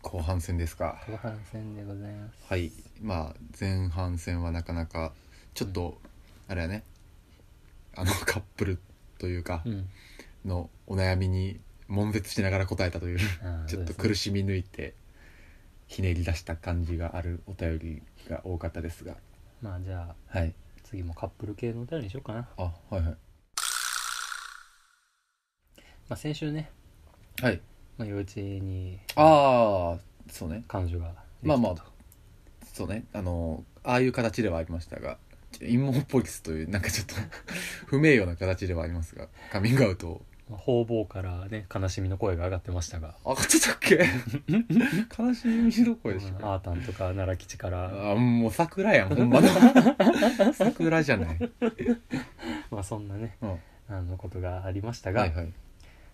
後半戦ですか後半戦でございますはいまあ前半戦はなかなかちょっと、あれやねあの カップルというかうんのお悩みに悶絶しながら答えたという あーちょっそとうですね苦しみ抜いてひねり出した感じがあるお便りが多かったですがまあじゃあはい次もカップル系のお便りにしようかな、まあはいはいあ、先週ね、はいまあ、幼稚園にああそうね彼女ができたまあまあそうねあのああいう形ではありましたが陰謀ポリスというなんかちょっと不名誉な形ではありますがカミングアウトをまあ方々からね悲しみの声が上がってましたがあ勝てたっけ 悲しみどころでしうんょアータンとか奈良吉からあもう桜やんほんまの 桜じゃない、まあそんなねうん、あのことがありましたが、はいはい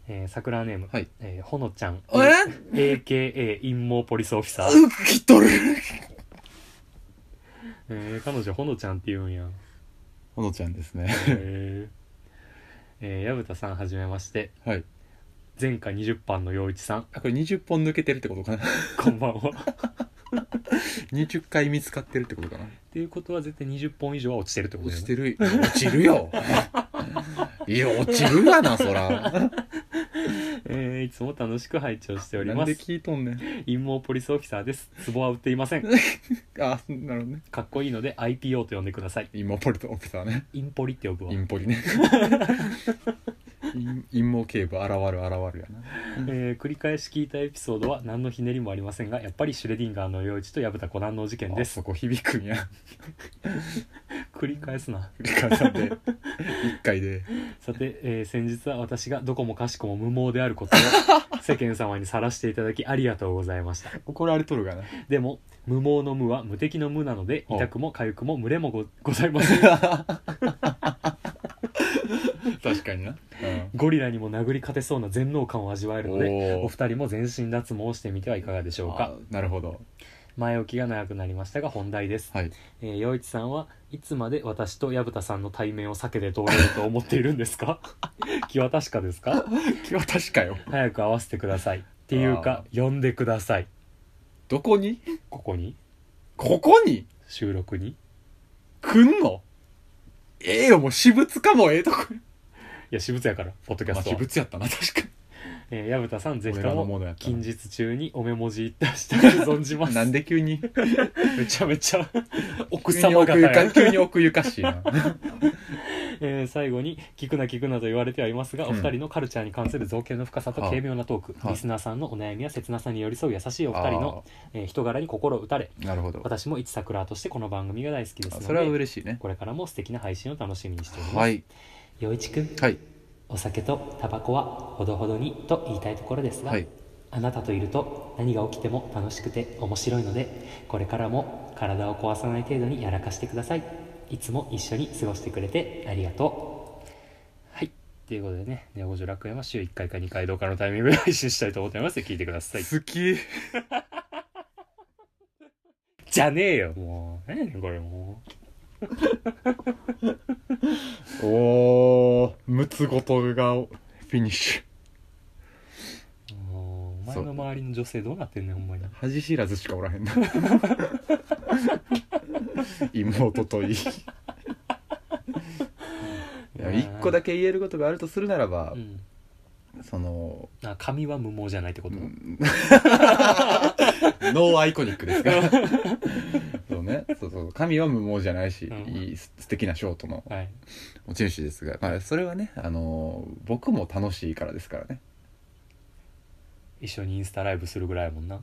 えー桜ネーム、はいえーほのちゃんえ AKA 陰謀ポリスオフィサー、うっきとるえー彼女ほのちゃんって言うんやほのちゃんですねえーえー、矢蓋さんはじめましてはい前回20班の陽一さんあこれ20本抜けてるってことかなこんばんはっ20回見つかってるってことかなていうことは絶対20本以上は落ちてるってことだ落よちねてる落ちるよ いや落ちるがなそらえー、いつも楽しく拝聴しておりなまんです聞いとんねん陰謀ポリスオフィサーですツボは売っていませんあなるほどねかっこいいので IPO と呼んでください陰謀ポリとオペターねインポリって呼ぶわ陰ポリ ね陰陰謀警部現る現るやなえー繰り返し聞いたエピソードは何のひねりもありませんがやっぱりシュレディンガーの陽一と薮田コナンの事件であすそこ響くんや繰り返すな振り返さん で1回でさて、えー先日は私がどこもかしこも無謀であることを 世間様にさらしていただきありがとうございました怒られとるがなでも無謀の無は無敵の無なのでお痛くも痒くも群れもごございません確かにな、ゴリラにも殴り勝てそうな全能感を味わえるのでおーお二人も全身脱毛してみてはいかがでしうょん、うかあなるほど前置きが長くなりましたが本題ですはいえー、陽一さんはいつまで私と薮田さんの対面を避けて通れると思っているんです か気は確かですか今日確かよ早く会わせてくださいっていうか呼んでくださいどこにここにここに収録にい来んのええよもう私物かもええとこや私物やからポッドキャまあストは、私物やったな確かえー、薮田さんぜひ俺とらのもものやった近日中におメモ字出したく存じまにす なんで急にめちゃめちゃ奥急に様奥方ゆかや、急に奥ゆかしい なえー最後に聞くな聞くなと言われてはいますが、おうん二人のカルチャーに関する造形の深さと軽妙なトーク、はあリスナーさんのお悩みや切なさに寄り添う優しいお二人のえー人柄に心打たれあーなるほど私も一桜としてこの番組が大好きですあのでそれは嬉しいねこれからも素敵な配信を楽しみにしております、はい陽一くんはいお酒とタバコはほどほどにと言いたいところですが、はいあなたといると何が起きても楽しくて面白いのでこれからも体を壊さない程度にやらかしてくださいいつも一緒に過ごしてくれてありがとうはいということでね「ネオ五条楽園」は週1回か2回どうかのタイミングで配信したいと思っております聞いてください好きじゃねえよもう何やねんこれもうおーむつごとがフィニッシュもうお前そうの周りの女性どうなってんねんほんまに恥知らずしかおらへん な妹といいいや一個だけ言えることがあるとするならばう、んそのあ髪は無毛じゃないってこと、ノーアイコニックですから そうねそうそう神は無毛じゃないし、うんいいす素敵なショートのはい持ち主ですが、まあ、それはね、あのー僕も楽しいからですから ね一緒にインスタライブするぐらいやもんな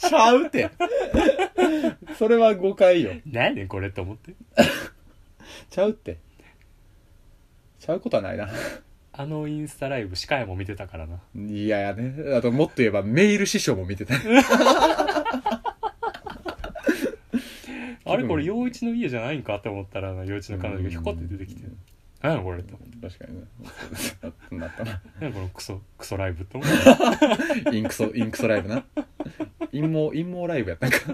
ちゃうて それは誤解よ何やねんこれって思ってちゃうってちゃうことはないなあのインスタライブ司会も見てたからないややねあともっと言えばメール師匠も見てたあれうんこれ陽一の家じゃないんかって思ったらあの陽一の彼女がひょこって出てきてうん何やろこれって思って確かにねそうなったな何やこのクソクソライブって思っインクソインクソライブな陰謀陰謀ライブやったんかて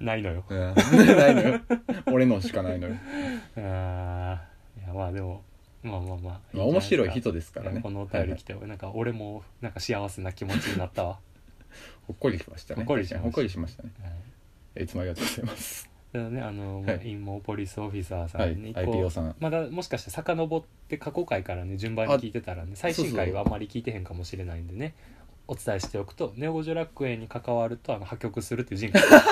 ないのようんないのよ俺のしかないのよあーいやまあでもまあまあまあまあ面白いじゃな人ですでかすらねこのおは便いはり来いて、なんか俺もなんか幸せな気持ちになった わ、ほっこりしましたねほっこりしましたほっこりしましたねはい、いつもありがとうございますだからねあの、はいインモポリスオフィサーさはいんに、こう IPO さんまだもしかして遡って過去回からね順番に聞いてたらね最新回はあんまり聞いてへんかもしれないんでねお伝えしておくとネオ・ゴジョ楽園に関わるとあの破局するっていう人格が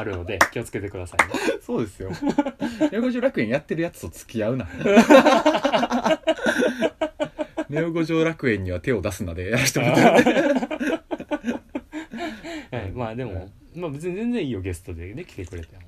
ある ので気をつけてくださいね そう ですよネオ五条楽園やってるやつと付き合うなネオ五条楽園には手を出す なでやらせてもらってるんではい、まあでも、まあ、別に全然いいよゲストでね来てくれても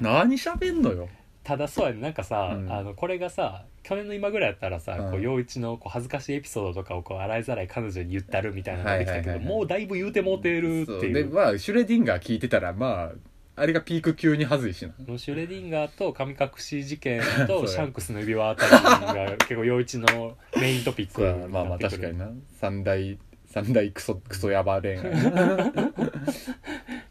何喋んのよただそうやねなんかさ、うんあのこれがさ去年の今ぐらいやったらさ、うんこう陽一のこう恥ずかしいエピソードとかをこう洗いざらい彼女に言ったるみたいなのができたけど、はいはいはいはいもうだいぶ言うてもうてるってそういでうまあシュレディンガー聞いてたらまああれがピーク級にはずいしなもうシュレディンガーと神隠し事件 そうとやシャンクスの指輪あたりが結構陽一のメイントピックそうやまあまあってく確るかにな三大三大クソクソヤバ恋愛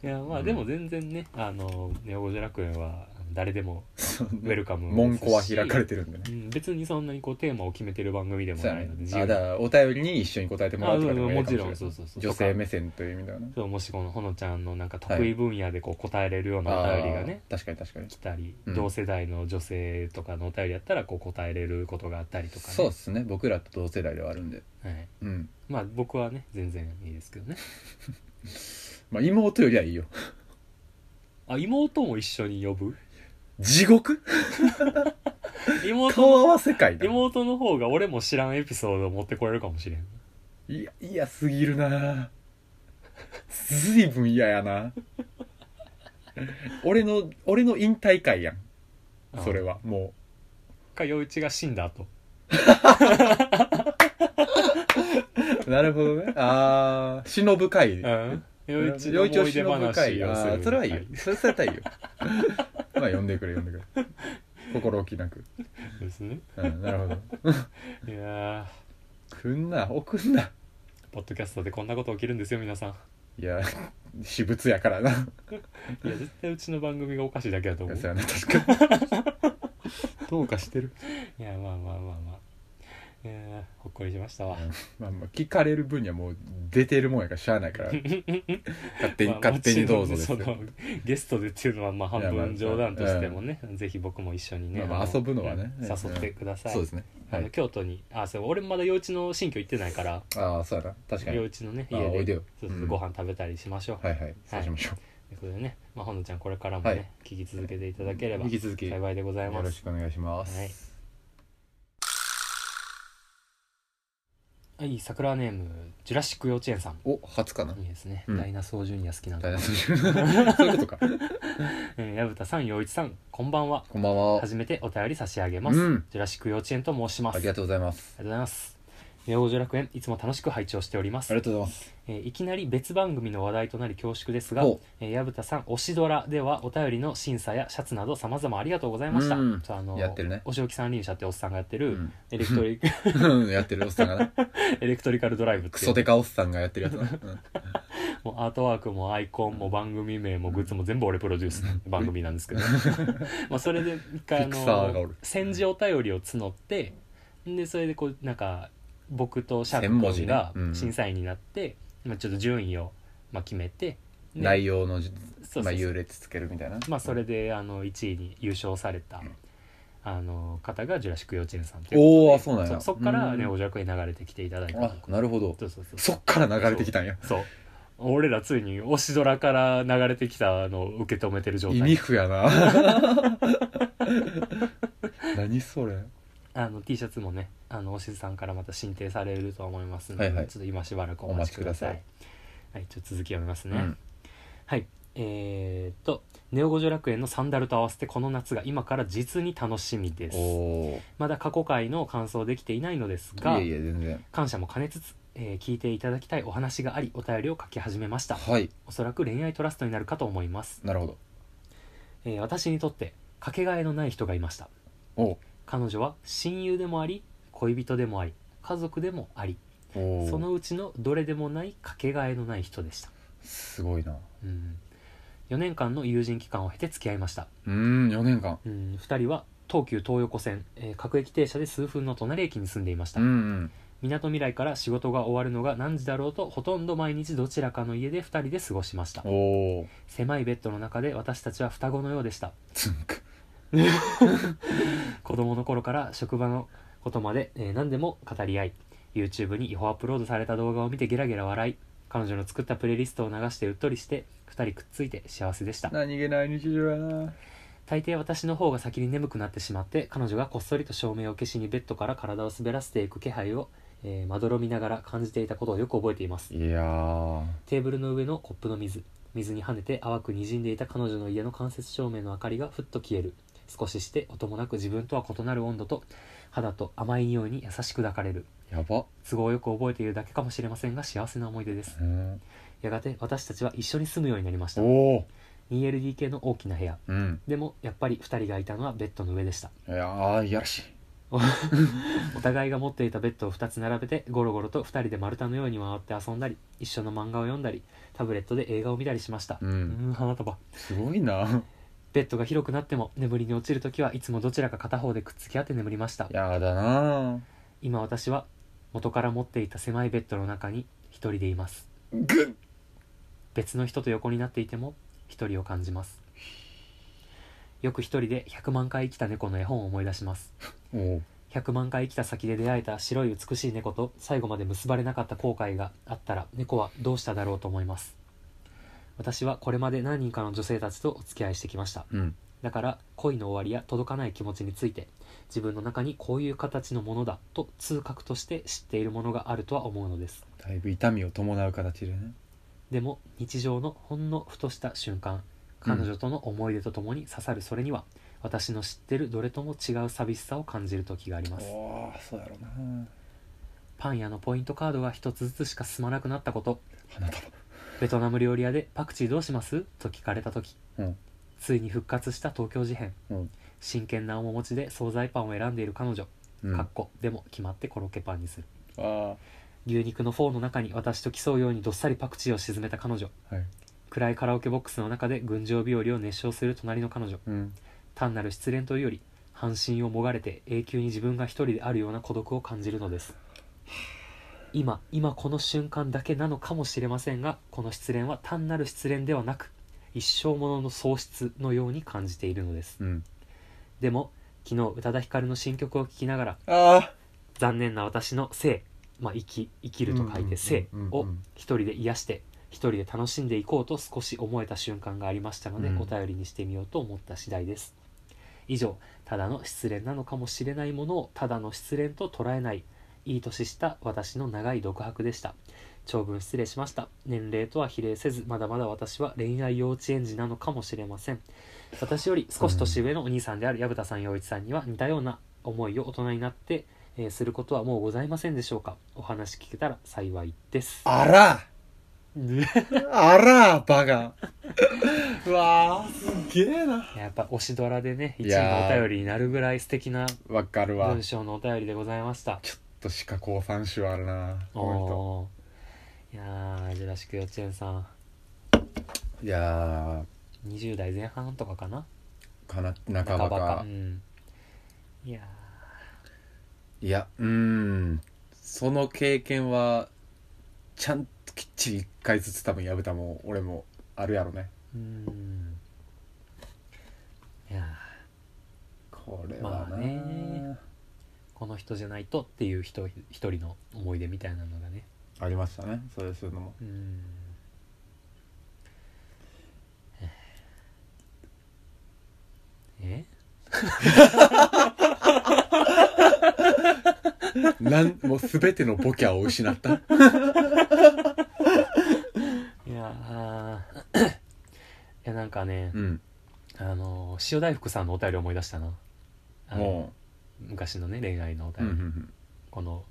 いやまあでも全然ね、あのネオ・ゴジラ楽園は誰でもウェルカム門戸は開かれて、てるんでねうん、別にそんなにこうテーマを決めてる番組でもそうやないねのであだからお便りに一緒に答えてもらうとかでもいいかもしれなあいうんうんもちろんそうそうそう女性目線という意味ではねそうもしこのほのちゃんのなんか得意分野でこう答えれるようなお便りがね、あー確かに確かに来たり、うん同世代の女性とかのお便りやったらこう答えれることがあったりとかねそうっすね僕らと同世代ではあるんではい、うんまあ僕はね全然いいですけどねまあ妹よりはいいよあ妹も一緒に呼ぶ 地獄妹顔の合わせ界だ妹の方が俺も知らんエピソードを持ってこれるかもしれんいや嫌すぎるなずいぶん嫌やな 俺の俺の引退会やんそれははもか陽一が死んだとうなるほどね ああ忍ぶ会うん陽一の陽一を思い出忍ぶ会話をすあるーそれはいいよそれされたらいいよ まあ呼んでくれ呼んでくれ心置きなく、そうですねうん、なるほどいやくんな送んなーポッドキャストでこんなこと起きるんですよ皆さんいや私物やからないや絶対うちの番組がおかしいだけだと思うそうやな確かに どうかしてる、いやまあまあまあまあいやーほっこりしましたわ、まあ、まあ聞かれる分にはもう出てるもんやからしゃあないか ら勝手に、まあ勝手にどうぞですもちろよん、ねそのゲストでっていうのはまあ半いやま分あ冗談としてもね、ぜひ僕も一緒にね、まあまあの遊ぶのはねうん誘ってください、そうですねはあのい京都にあそう俺まだ幼稚の新居行ってないからああそうやな確かに幼はい稚のねあ家でおいでよそうそううんご飯食べたりしましょう、はいそうしましょということでね、まあ、ほのちゃんこれからもね、はい聞き続けていただけれうば引き続きよ幸いでございまろすしくお願いしまはいすはい桜ネームジュラシック幼稚園さんお初かないいですね、うんダイナソージュニア好きなんダイだナソーそう いうことかえー矢蓋さん陽一さんこんばんはこんばんは初めてお便り差し上げます、うんジュラシック幼稚園と申しますありがとうございますありがとうございます。ネオ五条楽園、いつも楽しく拝聴しておりまあす、りがとうございますえーいきなり別番組の話題となり恐縮ですがお、えー、矢蓋さん、推しドラではお便りの審査やシャツなど様々ありがとうございました。うんそうあのやってるねお仕置き三輪車っておっさんがやってうる、んエレクト リうんやってるおっさんがなエレクトリカルドライブってクいうソデカおっさんがやってるやつなうんもうアートワークもアイコンも番組名もグッズも全部俺プロデュースの番組なんですけ どまあそれで一回あピクサーがおのる戦時お便りを募ってでそれでこうなんか僕とシャ千ー文ク字君ねがうん審査員になって、まあ、ちょっと順位を、まあ、決めてで内容のじそうそうそうまあ、優劣つけるみたいなまあ、それであの1位に優勝された、んあの方がジュラシック幼稚園さんというおおあそうなんやそそっからねうおんじゃくに流れてきていただいたあなるほどそうそうそうそっから流れてきたんやそう俺らついに推しドラから流れてきたのを受け止めてる状意味態不や な何それあの T シャツもねあの推しさんからまた進呈されると思いますので、はいはいちょっと今しばらくお待ちくださいお待はいちょっと続き読みますうね、んはいえー、っと「ネオ五条楽園のサンダルと合わせてこの夏が今から実に楽しみですお」おまだ過去回の感想できていないのですいがえいえ全然感謝も兼ねつつ、えー聞いていただきたいお話がありお便りを書き始めましたはいおそらく恋愛トラストになるかと思いますなるほどえー私にとってかけがえのない人がいましたお彼女は親友でもあり恋人でもあり家族でもありおそのうちのどれでもないかけがえのない人でしたすごいなうん4年間の友人期間を経て付き合いましたうーん4年間うん2人は東急東横線、えー各駅停車で数分の隣駅に住んでいましたうんうんみなとみらいから仕事が終わるのが何時だろうとほとんど毎日どちらかの家で2人で過ごしましたおお狭いベッドの中で私たちは双子のようでしたつんく子供の頃から職場のことまで、えー何でも語り合い YouTube に違法アップロードされた動画を見てゲラゲラ笑い彼女の作ったプレイリストを流してうっとりして2人くっついて幸せでした何気ない日常やな大抵私の方が先に眠くなってしまって彼女がこっそりと照明を消しにベッドから体を滑らせていく気配を、えーまどろみながら感じていたことをよく覚えていますいやーテーブルの上のコップの水水に跳ねて淡く滲んでいた彼女の家の間接照明の明かりがふっと消える少しして音もなく自分とは異なる温度と肌と甘い匂いに優しく抱かれるやば都合よく覚えているだけかもしれませんが幸せな思い出ですうんやがて私たちは一緒に住むようになりましたおお 2LDK の大きな部屋うんでもやっぱり2人がいたのはベッドの上で したいやーいやらしいお互いが持っていたベッドを2つ並べてゴロゴロと2人で丸太のように回って遊んだり一緒の漫画を読んだりタブレットで映画を見たりしましたうんーん花束すご いなベッドが広くなっても眠りに落ちるときはいつもどちらか片方でくっつき合って眠りましたやだな今私は元から持っていた狭いベッドの中に一人でいますぐっ別の人と横になっていても一人を感じますよく一人で100万回生きた猫の絵本を思い出しますおお100万回生きた先で出会えた白い美しい猫と最後まで結ばれなかった後悔があったら猫はどうしただろうと思います私はこれまで何人かの女性たちとお付き合いしてきましたうんだから恋の終わりや届かない気持ちについて自分の中にこういう形のものだと痛覚として知っているものがあるとは思うのですだいぶ痛みを伴う形でねでも日常のほんのふとした瞬間彼女との思い出とともに刺さるそれには、私の知ってるどれとも違う寂しさを感じる時がありますおーそうやろうなパン屋のポイントカードが一つずつしか進まなくなったこと花束ベトナム料理屋でパクチーどうしますと聞かれた時うんついに復活した東京事変うん真剣な面持ちで惣菜パンを選んでいる彼女うんかあっこでも決まってコロッケパンにするあは牛肉のフォーの中に私と競うようにどっさりパクチーを沈めた彼女い暗いカラオケボックスの中で群青日和を熱唱する隣の彼女うん単なる失恋というより半身をもがれて永久に自分が一人であるような孤独を感じるのです今今この瞬間だけなのかもしれませんがこの失恋は単なる失恋ではなく一生ものの喪失のように感じているのですうんでも昨日宇多田ヒカルの新曲を聴きながらあ残念な私の生、まあ、生き生きると書いて生うんうんうんうんを一人で癒して一人で楽しんでいこうと少し思えた瞬間がありましたので、うんお便りにしてみようと思った次第です以上ただの失恋なのかもしれないものをただの失恋と捉えないいい年した私の長い独白でした長文失礼しました年齢とは比例せずまだまだ私は恋愛幼稚園児なのかもしれません私より少し年上のお兄さんである薮田さん陽一さんには似たような思いを大人になって、えーすることはもうございませんでしょうかお話聞けたら幸いですあらねあらバカうわーすげえないややっぱ推しドラでね1い位のやーお便りになるぐらい素敵なわかるわ文章のお便りでございましたちょっとしか降参種あるなコおーいやージュラシック幼稚園さんメントいや20代前半とかかなーかな半ばかうん、いやいやうーんその経験はちゃんときっちり一回ずつ多分薮田も俺もあるやろねーうんいやーこれはまな、あねこの人じゃないとっていう人一人の思い出みたいなのがねありましたねそういうそういうのもうんえなんもう全てのボキャを失ったいやあーいやなんかね、うんあの塩大福さんのお便り思い出したなあのも昔のね恋愛のおう、う便んり、うんうん、この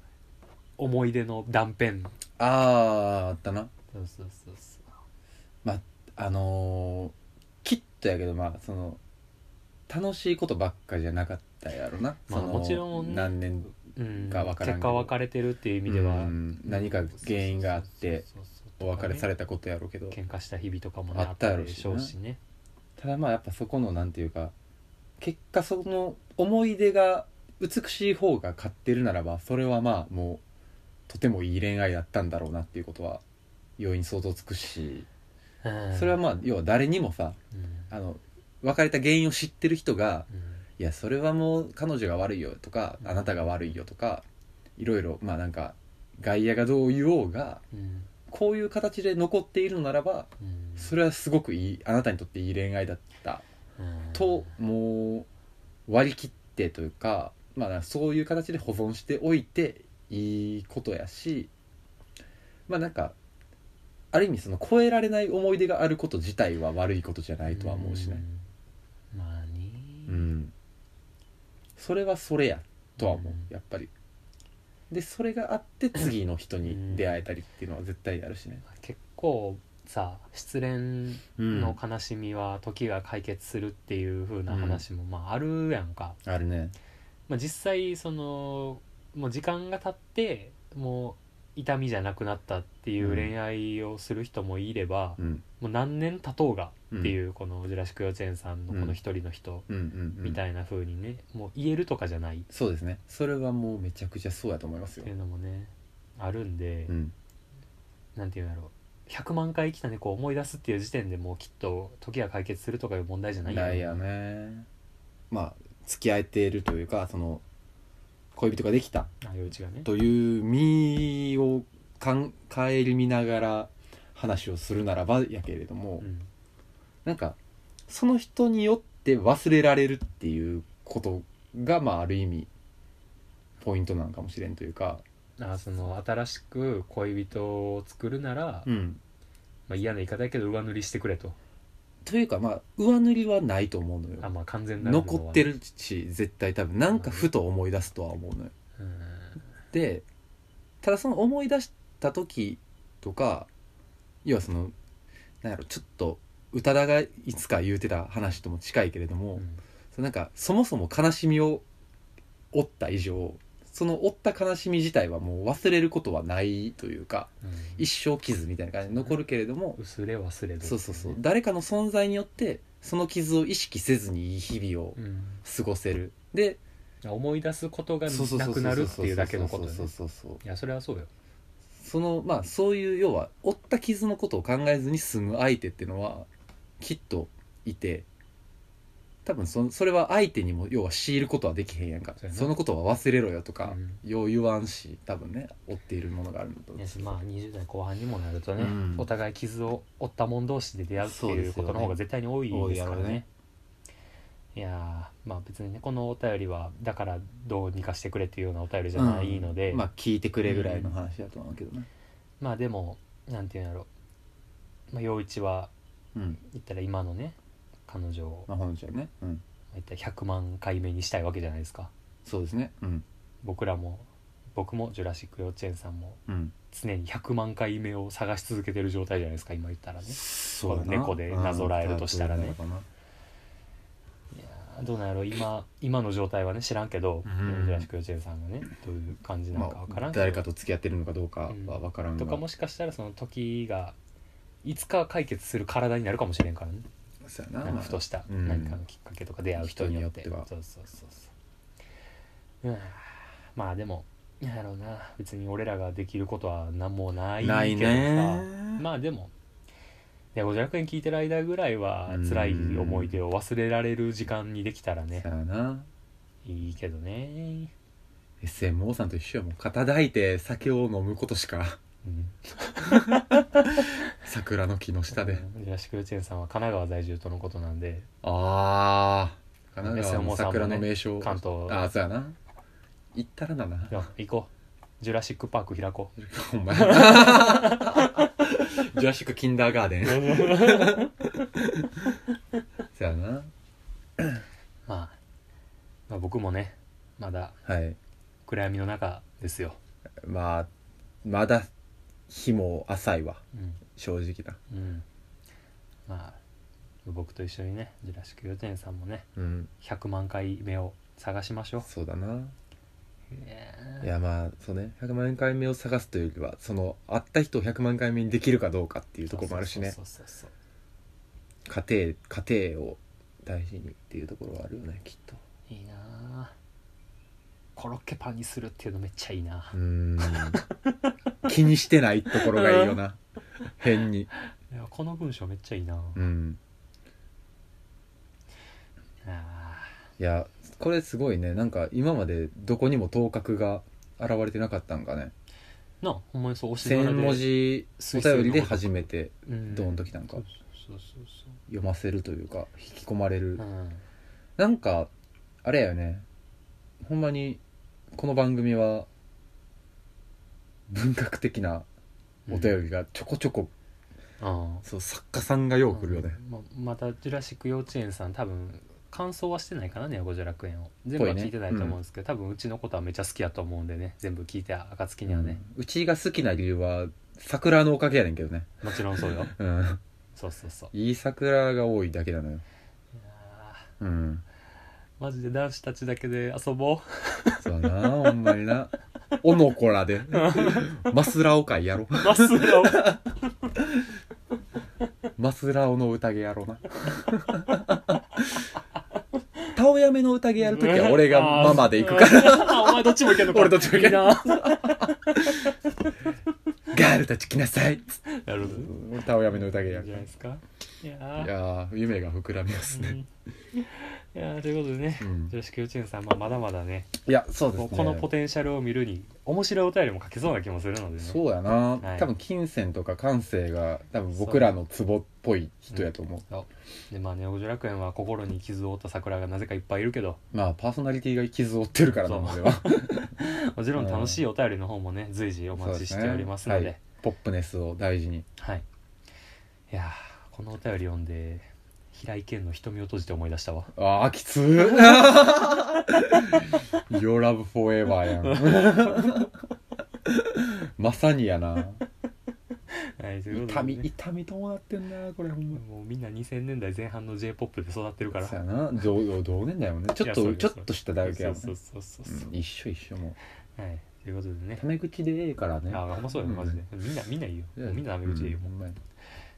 思い出の断片あああったなそうそうそうそうあのー、きっとやけどまあその楽しいことばっかじゃなかったやろな、まあそのもちろんね何年うん、が分からん結け果ど別れてるっていう意味では、うん何か原因があってそうそうそうお別れされれたことやろうけど喧嘩した日々とかもねあったやろうしでしょうしねただまあやっぱそこのなんていうか結果その思い出が美しい方が勝ってるならばそれはまあもうとてもいい恋愛だったんだろうなっていうことは容易に想像つくしうんそれはまあ要は誰にもさうんあの別れた原因を知ってる人がうんいやそれはもう彼女が悪いよとかうんあなたが悪いよとかいろいろまあなんか外野がどう言おうがうんこういう形で残っているのならばうんそれはすごくいいあなたにとっていい恋愛だったうんともう割り切ってというかまあそういう形で保存しておいていいことやしまあなんかある意味その超えられない思い出があること自体は悪いことじゃないとは思うしね。うんまあねうん、それはそれやとは思う、うんやっぱりでそれがあって次の人に出会えたりっていうのは絶対あるしね、結構さ失恋うんの悲しみは時が解決するっていう風な話もまああるやんか、あるねまあ、実際そのもう時間が経ってもう痛みじゃなくなったっていう恋愛をする人もいれば、うんもう何年経とうがうんっていうこのジュラシック幼稚園さんのこの一人の人うんうんうんみたいな風にね、もう言えるとかじゃないっそうですねそれはもうめちゃくちゃそうやと思いますよていうのもねあるんで、うんなんていうんだろう100万回生きた猫を思い出すっていう時点でもうきっと時が解決するとかいう問題じゃないないやねまあ付き合えているというかその恋人ができたあようちがねという身をかん顧みながら話をするならばやけれども、うんなんかその人によって忘れられるっていうことがまあある意味ポイントなのかもしれんというか、あその新しく恋人を作るなら、ん、まあ、嫌な言い方やけど上塗りしてくれとというかまあ上塗りはないと思うのあよまあ完全なるのは残ってるし絶対多分なんかふと思い出すとは思うのようんでただその思い出した時とか要はそのなんやろちょっと宇多田がいつか言うてた話とも近いけれども、うんそのなんかそもそも悲しみを負った以上その負った悲しみ自体はもう忘れることはないというかうん一生傷みたいな感じで残るけれども、薄れ忘れどそうそうそう誰かの存在によってその傷を意識せずにいい日々をうん過ごせるで思い出すことがそうそうなそうくなるっていうだけのことねそうそうそうそうそうそういやそれはそうよそのまあそういう要は負った傷のことを考えずに済む相手っていうのはきっといて多分そそれは相手にも要は強いることはできへんやんかそうやなそのことは忘れろよとか、うんよう言わんし多分ね負っているものがあるんだと思ういやまあ20代後半にもなるとね、うんお互い傷を負った者同士で出会うってそういでうすこよねとの方が絶対に多いですからね多いやろうねいやーまあ別にねこのお便りはだからどうにかしてくれっていうようなお便りじゃないので、うんままああ、聞いてくれぐらいの話だと思うけどねでもなんていうんだろう、まあ、陽一はうん、言ったら今のね彼女をまあ本ちゃんねうん言ったら100万回目にしたいわけじゃないですかそうですねうん僕らも僕も「ジュラシック幼稚園」さんもうん常に100万回目を探し続けてる状態じゃないですか今言ったらねそうだな猫でなぞらえるとしたらねうんいやーどうなんやろ今今の状態はね知らんけどうんジュラシック幼稚園さんがねどういう感じなのか分かまらあ、んけど、誰かと付き合ってるのかどうかは分からんが、とかもしかしたらその時がいつか解決する体になるかもしれんからねそうやなな、んまかあふとしたうん何かのきっかけとか出会う人によって,、人によってそうそうそうそう、うん、まあでもなんやろうな別に俺らができることは何もないけどさないねまあでも「ゴジ楽園」聞いてる間ぐらいは辛い思い出を忘れられる時間にできたらねさあないいけどね SMO さんと一緒やもう肩抱いて酒を飲むこと しかうん桜の木の下でうんジュラシック幼稚園さんは神奈川在住とのことなんでああ神奈川 SMO のさんもね桜の名所、関東ああそうやな行ったらだなでも行こうジュラシックパーク開こうほんまやジ ュラシック・キンダーガーデン そうやなまあ、まあ僕もねまだはい暗闇の中ですよ、まあまだ日も浅いわうん正直なうん、まあ僕と一緒にねジュラシック幼稚園さんもねうん100万回目を探しましょそうだなういやまあそうね100万回目を探すというよりはその会った人を100万回目にできるかどうかっていうところもあるしねそうそうそうそう家庭家庭を大事にっていうところはあるよねきっといいなあコロッケパンにするっていうのめっちゃいいなうーん気にしてないところがいいよな変にいやこの文章めっちゃいいなうんあいやこれすごいねなんか今までどこにも頭角が現れてなかったんかねーなあほんまにそう押し1,000文字お便りで初めてドドーンときたんかそうそうそう読ませるというか引き込まれるそううんなんかあれやよねほんまにこの番組は文学的なお便りがちょこちょこ、ああそう作家さんがよう来るよね、ままたジュラシック幼稚園さん多分感想はしてないかなねゴジラ楽園を全ぽ部いねは聞いてないと思うんですけど、多分うちのことはめっちゃ好きやと思うんでね全部聞いて暁にはね、うんうちが好きな理由は桜のおかげやねんけどね、もちろんそう ようん、そうそうそういい桜が多いだけなのいよ、やあうん、マジで男子たちだけで遊ぼうそうやなほんまになおのこら でマスラオ会やろマスよマスラオの宴やろう なタオヤメの宴やるときは俺がママで行くからら お前どっちも行けんのか 俺どっちも行けんいいなガールたち来なさいっつってなるほどねタオヤメの宴やいいんじゃないですかいやいーやー夢が膨らみますうんね、いやーということでねうん女子幼稚園さん、まあ、まだまだねいやそうでこすねうこのポテンシャルを見るに面白いお便りも書けそうな気もするのでねそうやな、はい多分金銭とか感性が多分僕らのツボっぽい人やと思うでまあネオ・ジョ楽園は心に傷を負った桜がなぜかいっぱいいるけどまあパーソナリティが傷を負ってるからなそうのではもちろん楽しいお便りの方もね随時お待ちしておりますのでそうですねポップネスを大事にはい、い、やーこのお便り読んで平井堅の瞳を閉じて思い出したわああき つー Your love forever や んまさにやなはいということで痛ね、み痛み伴ってんなこれほんまもうみんな2000年代前半の j p o p で育ってるからそうやな同同年代もねちょっいやそとうちょっとしただけやもんねそうそうそうそうそう、うん一緒一緒もはいということでうねタメ口でええからねあほんまそうよねマジで、みんなみんないいよみんなダメ口でいいよ、うんほんまに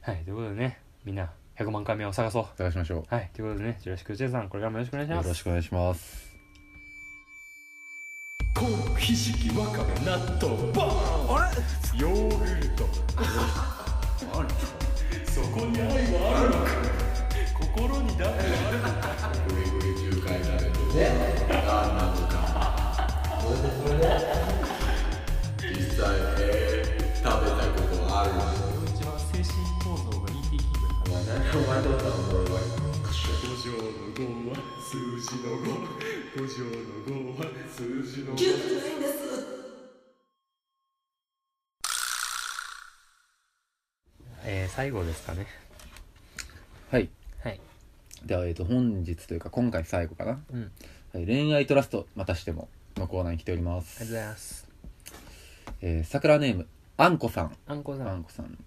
はいということでねみんな100万回目を探そう探しましょはい、ということでね、ジュラシック・ジェイさん、これからもよろしくお願いうしよます。ろしくお願いしますコーひじきわかめ納豆バーンあれヨーグルトあれそこに愛はあるのか心に誰があるのかグリグリ9回食べてねあんなのかこれでこれで実際えー食べたことある一番精神構造が ET キングお前何お前どうだおもろい五条の五は数字の五五条の五は数字の五えー、最後ですかね。はいはい。ではえっと本日というか今回最後かなうん。ありがとはい恋愛トラストまたしてものコーナーに来ておりまうごすざいます。えー桜ネームあんこさんあんこさん、あはんこさん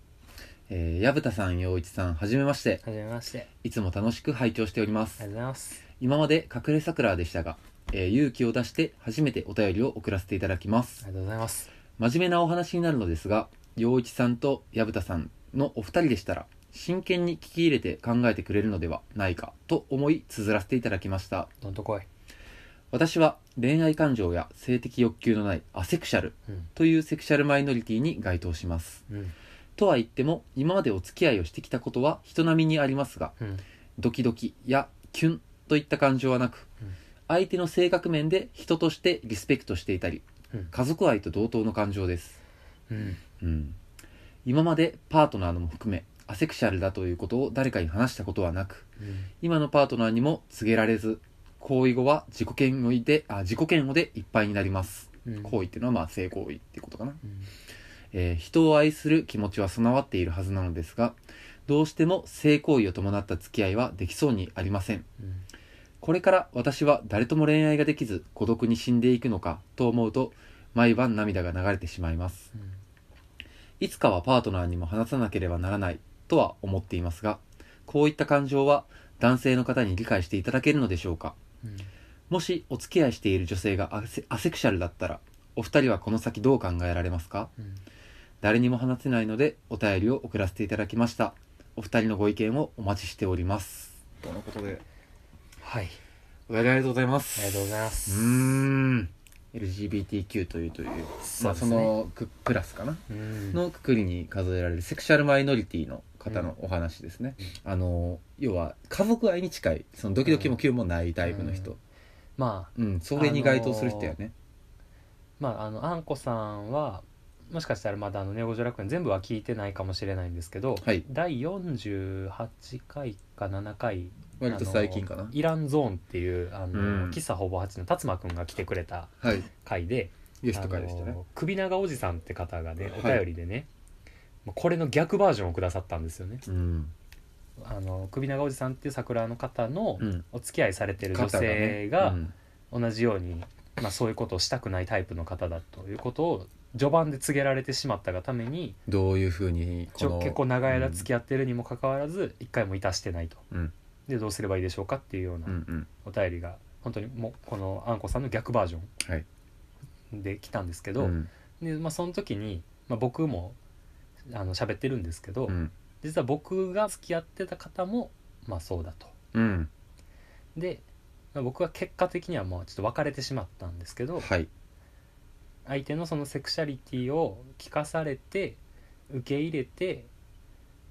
えー矢蓋さん陽一さんはじめましてじめまして。いつも楽しく拝聴しておりまありすがとうございます。今まで隠れ桜でしたが、えー勇気を出して初めてお便りを送らせていただきまありすがとうございます。真面目なお話になるのですが陽一さんと薮田さんのお二人でしたら真剣に聞き入れて考えてくれるのではないかと思い綴らせていただきましたどんと来い。私は恋愛感情や性的欲求のないアセクシャルうん。というセクシャルマイノリティに該当しますうん。とは言っても今までお付き合いをしてきたことは人並みにありますがうん。ドキドキやキュンといった感情はなく、うん相手の性格面で人としてリスペクトしていたり、うん家族愛と同等の感情です、うん。うん、今までパートナーのも含めアセクシャルだということを誰かに話したことはなくうん。今のパートナーにも告げられず行為後は自己嫌悪であ自己嫌悪でいっぱいになります、うん。行為っていうのはまあ性行為っていうことかなうん。えー人を愛する気持ちは備わっているはずなのですがどうしても性行為を伴った付き合いはできそうにありませんうん。これから私は誰とも恋愛ができず孤独に死んでいくのかと思うと毎晩涙が流れてしまいますうん。いつかはパートナーにも話さなければならないとは思っていますがこういった感情は男性の方に理解していただけるのでしょうかうん。もしお付き合いしている女性がアセアセクシャルだったらお二人はこの先どう考えられますかうん。誰にも話せないのでお便りを送らせていただきましたお二人のご意見をお待ちしておりますとのことではいお便りありがとうございますありがとうございまうすーん LGBTQ というというまあ、そのククラスかな、うんのくくりに数えられるセクシャルマイノリティの方のお話ですね、あの要は家族愛に近いそのドキドキも急もないタイプの人、まあうんそれに該当する人やね、まああのあんこさんはもしかしたらまだあのネオ・ゴジョ楽園全部は聞いてないかもしれないんですけど、はい第48回か7回割と最近かなあのイランゾーンっていうあの、うん喫茶ほぼ8の辰馬くんが来てくれたはい回でゲスト会でしたあねの首長おじさんって方がねおはい便りでね、まあこれの逆バージョンをくださったんですよねうんあの首長おじさんっていう桜の方のうんお付き合いされてる女方性がね同じように、まあ、そういうことをしたくないタイプの方だということを序盤で告げられてしまったがためにうんどういうふうにちょ結構長い間付きき合ってるにもかかわらず一回もいたしてないと、うんでどうすればいいでしょうかっていうよううんうなんお便りが本当にもうこのあんこさんの逆バージョはいンで来たんですけうど、んでまあ、その時に、まあ、僕もあの喋ってるんですけど、うん実は僕が付き合ってた方も、まあ、そうだと。うんで、まあ、僕は結果的にはもうちょっと別れてしまったんですけど、はい相手のそのセクシャリティを聞かされて受け入れて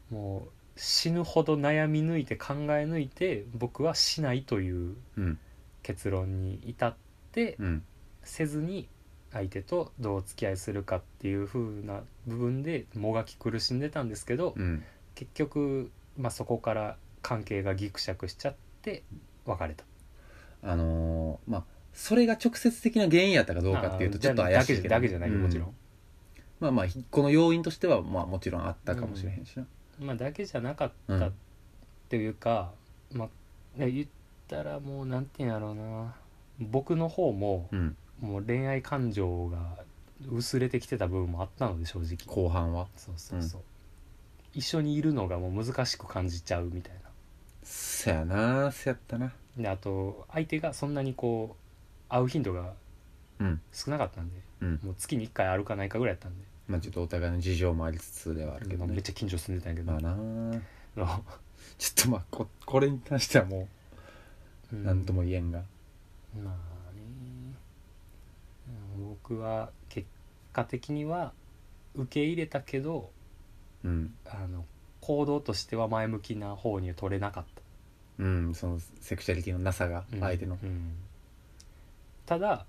もう死ぬほど悩み抜いて考え抜いて僕はしないといううん結論に至ってうんせずに相手とどうお付き合いするかっていう風な部分でもがき苦しんでたんですけどうん結局、まあ、そこから関係がギクシャクしちゃって別れたあのーまあそれが直接的な原因やったかどうかっていうとちょっと怪しいだけけどじゃだけじゃない、うもちろんまあまあひこの要因としてはまあもちろんあったかもしれへんしなまあ、だけじゃなかっうたんっていうか、まあ、ね言ったらもうなんていうんやろうな僕の方もうんもう恋愛感情が薄れてきてた部分もあったので正直後半はそうそうそう、一緒にいるのがもう難しく感じちゃうみたいそやなそやったななであと相手がそんなにこう会う頻度がうん少なかったんで、うんもう月に1回あるかないかぐらいやったんで、まあちょっとお互いの事情もありつつではあるけどめっねちゃ緊張すんでたんやけど、ま あなああちょっとまあここれに関してはも のう何とも言えんがまあねうん僕は結果的には受け入れたけどうんあの行動としては前向きな方には取れなかっうんそのセクシャリティのなさがた、うん相手のうんただ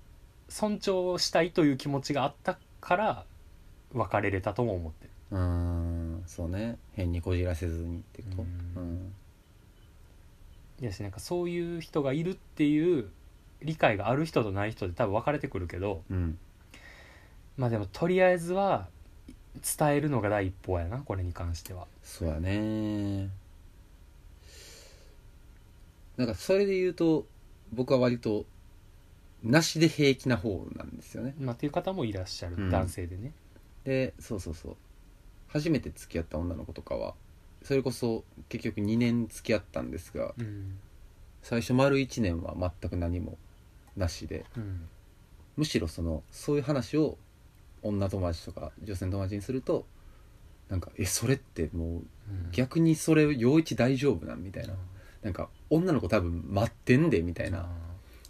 尊重したいという気持ちがあったから別れれたとも思ってるうーんそうね変にこじらせずにってことううんんいやしなんかそういう人がいるっていう理解がある人とない人で多分分かれてくるけどうんまあでもとりあえずは伝えるのが第一歩やなこれに関してはそうやねなんかそれで言うと僕は割となしで平気な方なんですよねまあ、っていう方もいらっしゃる、うん男性でねでそうそうそう初めて付き合った女の子とかはそれこそ結局2年付き合ったんですがうん、最初丸1年は全く何もなしでうん、むしろそのそういう話を女友達とか女性の友達にするとなんか「えそれってもう逆にそれ陽一大丈夫なん?」みたいななんか女の子多分待ってんでみたいな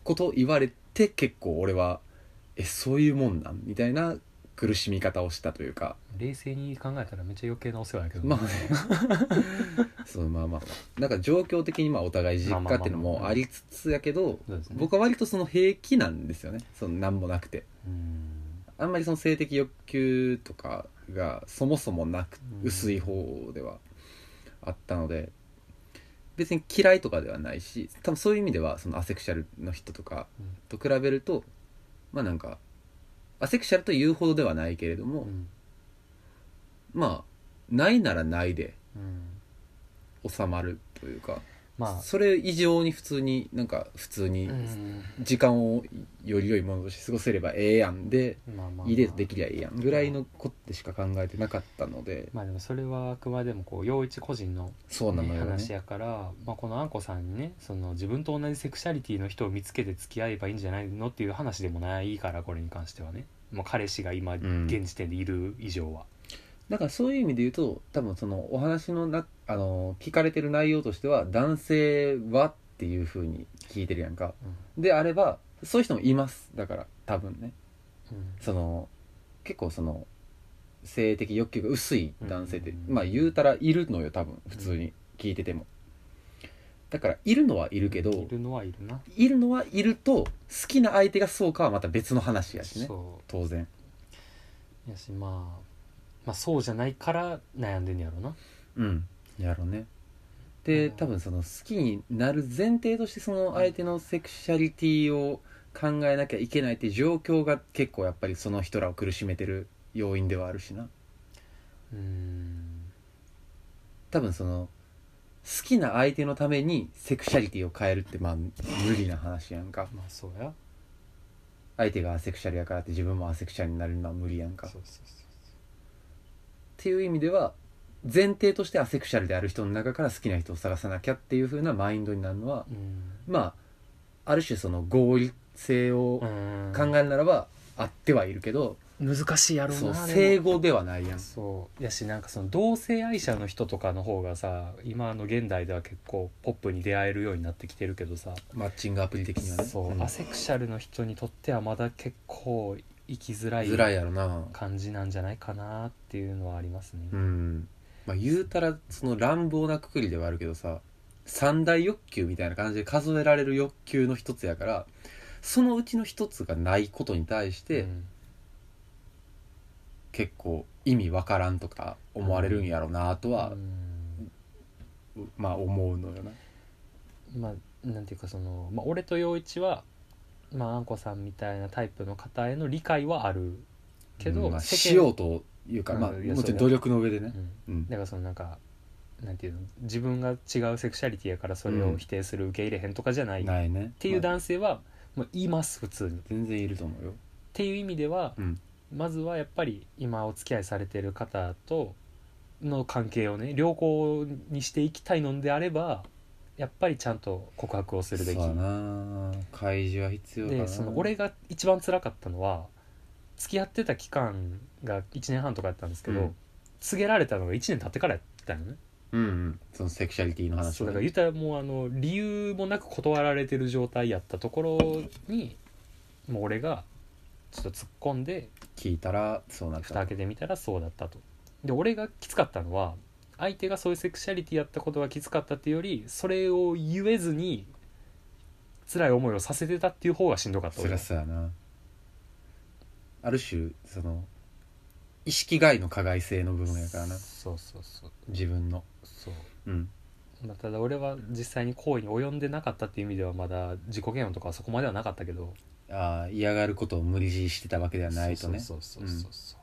ことを言われて結構俺は「えそういうもんなん?」みたいな苦しみ方をしたというか冷静に考えたらめっちゃ余計なお世話やけどまあねそうまあまあなんか状況的にまあお互い実家っていうのもありつつやけどそうですね僕は割とその平気なんですよねその何もなくてうんあんまりその性的欲求とかがそもそもなくうん薄い方ではあったので別に嫌いとかではないし多分そういう意味ではそのアセクシャルの人とかうんと比べるとまあなんかアセクシャルというほどではないけれどうも、んまあないならないでうん収まるというか、まそれ以上に普通になんか普通あ、にうん時間をより良いものとして過ごせればええやんで、まあまあまあいいデートできりゃいいやんぐらいのことしか考えてなかったのでまあでもそれはあくまでもこう陽一個人の、そうなのねよ話ねやから、まあ、このあんこさんにねその自分と同じセクシャリティの人を見つけて付き合えばいいんじゃないのっていう話でもないからこれに関してはねもう彼氏が今ん現時点でいる以上は、だからそういう意味で言うと多分そのお話のなあの聞かれてる内容としては男性はっっていう風に聞いてるやんかうんであればそういう人もいますだから多分ねうんその結構その性的欲求が薄い男性って、うんまあ言うたらいるのよ多分普通に聞いてても、だからいるのはいるけどいるのはいるな、いるのはいると好きな相手がそうかはまた別の話やしねそ当然うやし、まあ、まあそうじゃないから悩んでんねやろなうんやろねでうん多分その好きになる前提としてその相手のセクシャリティを考えなきゃいけないっていう状況が結構やっぱりその人らを苦しめてる要因ではあるしなうーん多分その好きな相手のためにセクシャリティを変えるってまあ無理な話やんかまあそうや相手がアセクシャルやからって自分もアセクシャルになるのは無理やんかっそうそうそていう意味では前提としてアセクシャルである人の中から好きな人を探さなきゃっていう風なマインドになるのはううんまあある種その合理性をうん考えるならばあってはいるけど、難しいやろうそうなで整も合ではないやんそうやしなんかその同性愛者の人とかの方がさ今の現代では結構ポップに出会えるようになってきてるけどさマッチングアプリ的にはねそう、んアセクシャルの人にとってはまだ結構生きづらいづらいやろな感じなんじゃないかなっていうのはありますね、うんまあ言うたらその乱暴なくくりではあるけどさ三大欲求みたいな感じで数えられる欲求の一つやからそのうちの一つがないことに対して、うん結構意味わからんとか思われるんやろなとはう、んまあ思うのよなまあなんていうかその、まあ、俺と陽一はまああんこさんみたいなタイプの方への理解はあるけど、うんまあ、世間しようというか、まあうもんいちやろそうん努力の上でねう、んうんだからそのなんかなんていうの自分が違うセクシャリティやからそれを否定する、受け入れへんとかじゃないっないねっていう男性は、もういます普通に。っ全然いると思うよていう意味では、うんまずはやっぱり今お付き合いされてる方との関係をね良好にしていきたいのであればやっぱりちゃんと告白をするべきそうだな開示は必要だなでその俺が一番辛かったのは付き合ってた期間が1年半とかやったんですけど、うん告げられたのが1年経ってからやったよね。うんうんそのセクシャリティの話そうをだねから言ったらもうあの理由もなく断られてる状態やったところにもう俺がちょっと突っ込んで聞いたらそうなっ蓋た開けてみたらそうだったとで俺がきつかったのは相手がそういうセクシャリティやったことがきつかったっていうよりそれを言えずに辛い思いをさせてたっていう方がしんどかったそり俺ゃそうやなある種その意識外の加害性の部分やからなそうそうそう自分のそううんまあただ俺は実際に行為に及んでなかったっていう意味ではまだ自己嫌悪とかはそこまではなかったけどああ嫌がることを無理強いしてたわけではないとねそうそうそうそうそ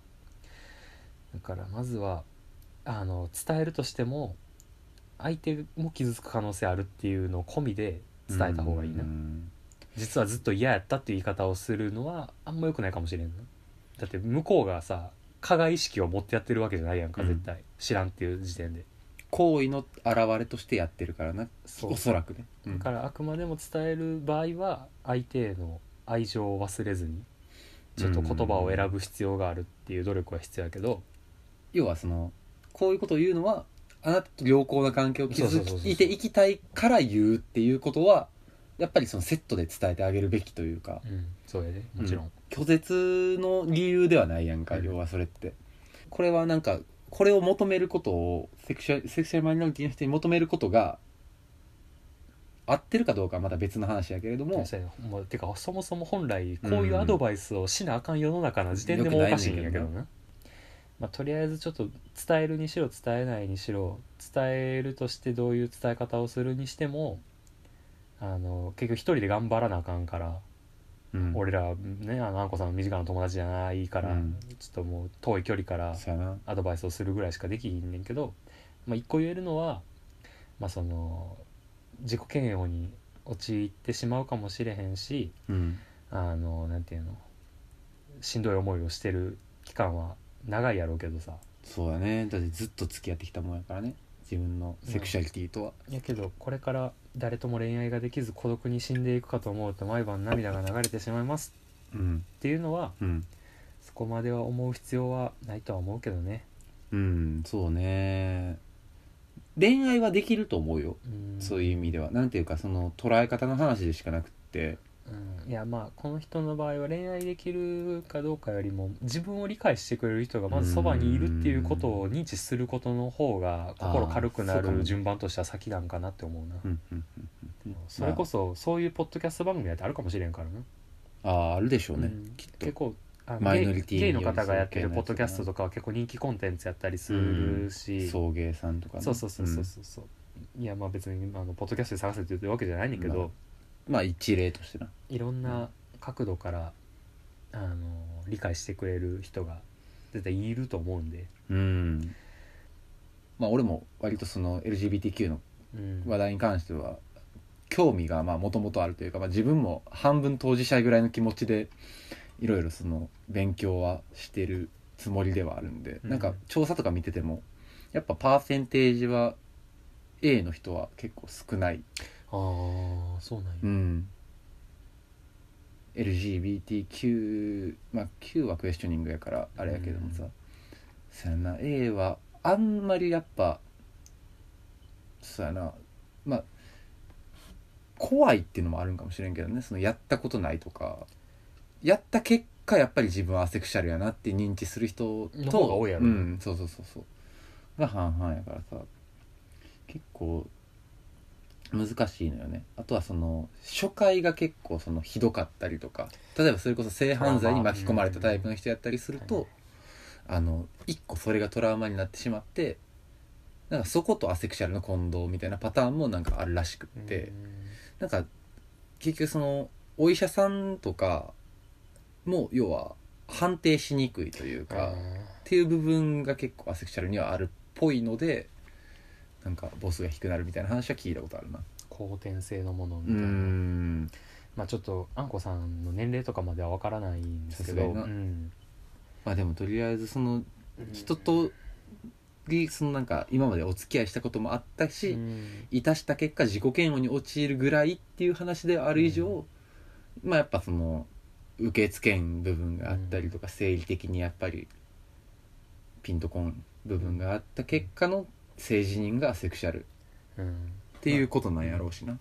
う、だからまずはあの伝えるとしても相手も傷つく可能性あるっていうのを込みで伝えた方がいいな、うん実はずっと嫌やったっていう言い方をするのはあんま良くないかもしれんなだって向こうがさ加害意識を持ってやってるわけじゃないやんかうん絶対、知らんっていう時点で行為の表れとしてやってるからなそおそらくね、うんだからあくまでも伝える場合は相手への愛情を忘れずにちょっと言葉を選ぶ必要があるっていう努力は必要やけど、要はそのこういうことを言うのはあなたと良好な関係をそうそうそう築そういていきたいから言うっていうことはやっぱりそのセットで伝えてあげるべきというかうん、そうやでもちろん、拒絶の理由ではないやんかうん要はそれってこれはなんかこれを求めることをセクシュアセクシュアルマイノリティの人に求めることが合ってるかどうかはまた別の話やけれどもそうやねもうてかそもそも本来こういうアドバイスをしなあかん世の中の時点でもよおくないかねしいんんけどなやけどな、まあ、とりあえずちょっと伝えるにしろ伝えないにしろ伝えるとしてどういう伝え方をするにしてもあの結局一人で頑張らなあかんから、うん俺らねあのあんこさんの身近な友達じゃないから、うんちょっともう遠い距離からそうやなアドバイスをするぐらいしかできひんねんけど、まあ、一個言えるのは、まあ、その自己嫌悪に陥ってしまうかもしれへんしうんあのなんていうのしんどい思いをしてる期間は長いやろうけどさそうだねだってずっと付き合ってきたもんやからね自分のセクシュアリティとは、やけどこれから誰とも恋愛ができず孤独に死んでいくかと思うと毎晩涙が流れてしまいますうんっていうのはうんそこまでは思う必要はないとは思うけどねうんそうね恋愛はできると思うようんそういう意味ではなんていうかその捉え方の話でしかなくってうんいやまあこの人の場合は恋愛できるかどうかよりも自分を理解してくれる人がまずそばにいるっていうことを認知することの方が心軽くなあーそうかもる順番としては先なんかなって思うなうんうんうんうんそれこそそういうポッドキャスト番組だってあるかもしれんからなまああーあるでしょうね、うんきっと結構あのマイノリテゲィイゲイにの方がやって寄るり添う系のやつなポッドキャストとかは結構人気コンテンツやったりするし、送迎さんとか、ね、そうそうそうそうそうそういやまあ別にあのポッドキャストで探せって言ってるわけじゃないねんだけど、まあうんまあ一例としてないろんな角度からあの理解してくれる人が絶対いると思うんで、うんまあ俺も割とその LGBTQ のうん話題に関しては興味がもともとあるというか、まあ、自分も半分当事者ぐらいの気持ちでいろいろその勉強はしてるつもりではあるんで、うんなんか調査とか見ててもやっぱパーセンテージは A の人は結構少ない、ああそうなんや、うん、LGBTQ まあ Q はクエスチョニングやからあれやけどもさ、うんそやな A はあんまりやっぱそやなまあ怖いっていうのもあるんかもしれんけどねそのやったことないとかやった結果やっぱり自分はアセクシャルやなって認知する人との方が多いやろうん、そうそうそうそうが半々やからさ結構難しいのよねあとはその初回が結構そのひどかったりとか例えばそれこそ性犯罪に巻き込まれたタイプの人やったりすると、あの一個それがトラウマになってしまってなんかそことアセクシャルの混同みたいなパターンもなんかあるらしくって、なんか結局そのお医者さんとかも要は判定しにくいといううんか、っていう部分が結構アセクシャルにはあるっぽいのでなんかボスが低くなるみたいな話は聞いたことあるな後天性のものみうたいな、んまあちょっとあんこさんの年齢とかまでは分からないんですけど、さすがになうんまあでもとりあえずその人とにそのなんか今までお付き合いしたこともあったし、うんいたした結果自己嫌悪に陥るぐらいっていう話である以上、まあやっぱその受け付けん部分があったりとか、生理的にやっぱりピンとこん部分があった結果の性自認がセクシャルうんっていうことなんやろうしな、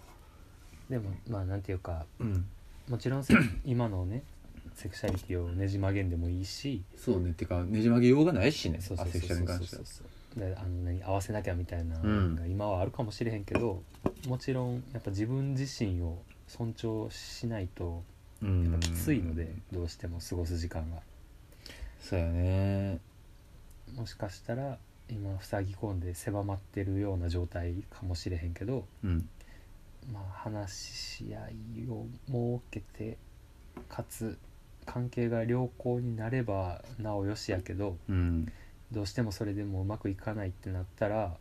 でもまあなんていうかうん、もちろ んせ今のねセクシャリティをねじ曲げんでもいいしそうねってかねじ曲げようがないしねそうそアうそセうクシャルに関してはそうそうそうであの何合わせなきゃみたいなうんのが今はあるかもしれへんけど、もちろんやっぱ自分自身を尊重しないとうんやっぱきついので、どうしても過ごす時間がそうやねもしかしたら今塞ぎ込んで狭まってるような状態かもしれへんけどうんまあ話し合いを設けてかつ関係が良好になればなおよしやけどうんどうしてもそれでもうまくいかないってなったら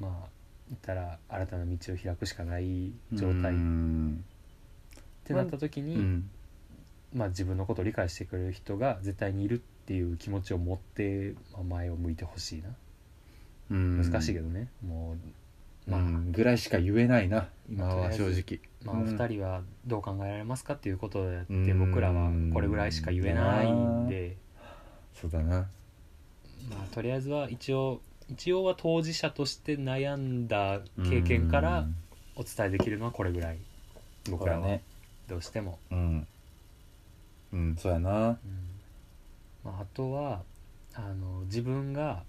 まあ言ったら新たな道を開くしかない状態うっん、てなった時うに、ん、まあ、自分のことを理解してくれる人が絶対にいるっていう気持ちを持って、まあ、前を向いてほしいなうん難しいけどね、もう、まあうん、ぐらいしか言えないな今は正直まあ、うおん二人はどう考えられますかっていうことで、うん僕らはこれぐらいしか言えないんで、そうだなまあ、とりあえずは一応一応は当事者として悩んだ経験からお伝えできるのはこれぐらいうん僕らそうだはどうしても、うんうんそうやなうんまあ、あとはあの自分が、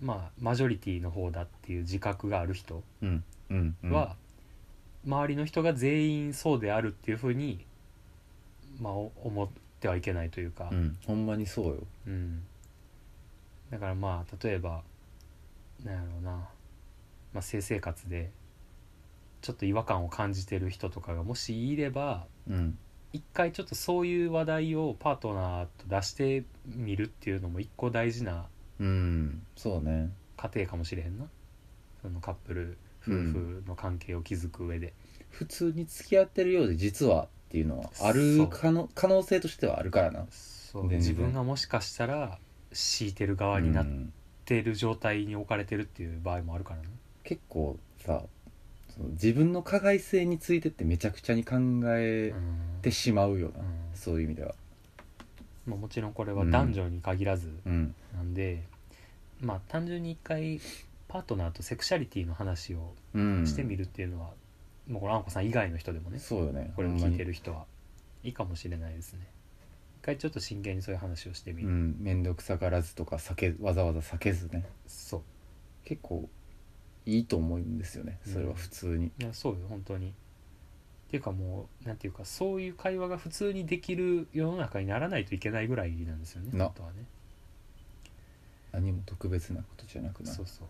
まあ、マジョリティの方だっていう自覚がある人うんうん、うん、は、周りの人が全員そうであるっていうふうに、まあ、お思ってはいけないというかう、んほんまにそうようんだからまあ例えばなんやろうな、まあ、性生活でちょっと違和感を感じてる人とかがもしいればうん一回ちょっとそういう話題をパートナーと出してみるっていうのも一個大事なうんそうね過程かもしれへんなそのカップル夫婦の関係を築く上で、普通に付き合ってるようで実はっていうのはあそるう可能可能性としてはあるからなそう全然自分がもしかしたら敷いてる側になっうんてる状態に置かれてるっていう場合もあるからね、結構さその自分の加害性についてってめちゃくちゃに考えうんてしまうよな、うんそういう意味ではまあ、もちろんこれは男女に限らずうんなんで、まあ単純に一回パートナーとセクシャリティの話をうんしてみるっていうのは、もうこれあんこさん以外の人でもねそうよねこれを聞いてる人はいいかもしれないですね一回ちょっと真剣にそういう話をしてみほんる、まにうん面倒くさがらずとか避けわざわざ避けずねそう結構いいと思うんですよねそれは普通に、いやそうよ本当にっていうかもうなんていうかそういう会話が普通にできる世の中にならないといけないぐらいなんですよねな本当はね何も特別なことじゃなくなそうそう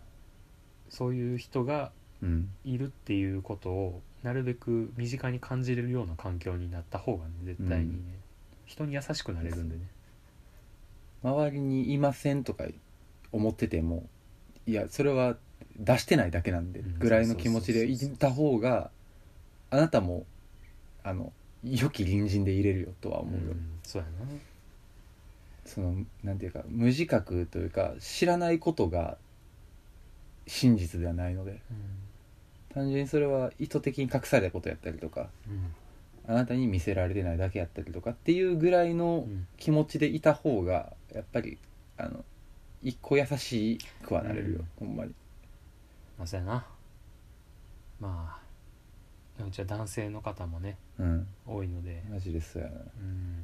そういう人がうんいるっていうことをなるべく身近に感じれるような環境になった方がね絶対にね、うん人に優しくなれるんでね周りにいませんとか思っててもいやそれは出してないだけなんでうんぐらいの気持ちでいそうそうそうた方があなたもあの良き隣人でいれるよとは思うよ、んそうやなそのなんていうか無自覚というか知らないことが真実ではないので単純にそれは意図的に隠されたことやったりとかうんあなたに見せられてないだけやったりとかっていうぐらいのうん気持ちでいた方がやっぱりあの一個優しくはなれるよ、ほんまにまあそうやなまあうちは男性の方もねうん多いので、マジでそうやなうん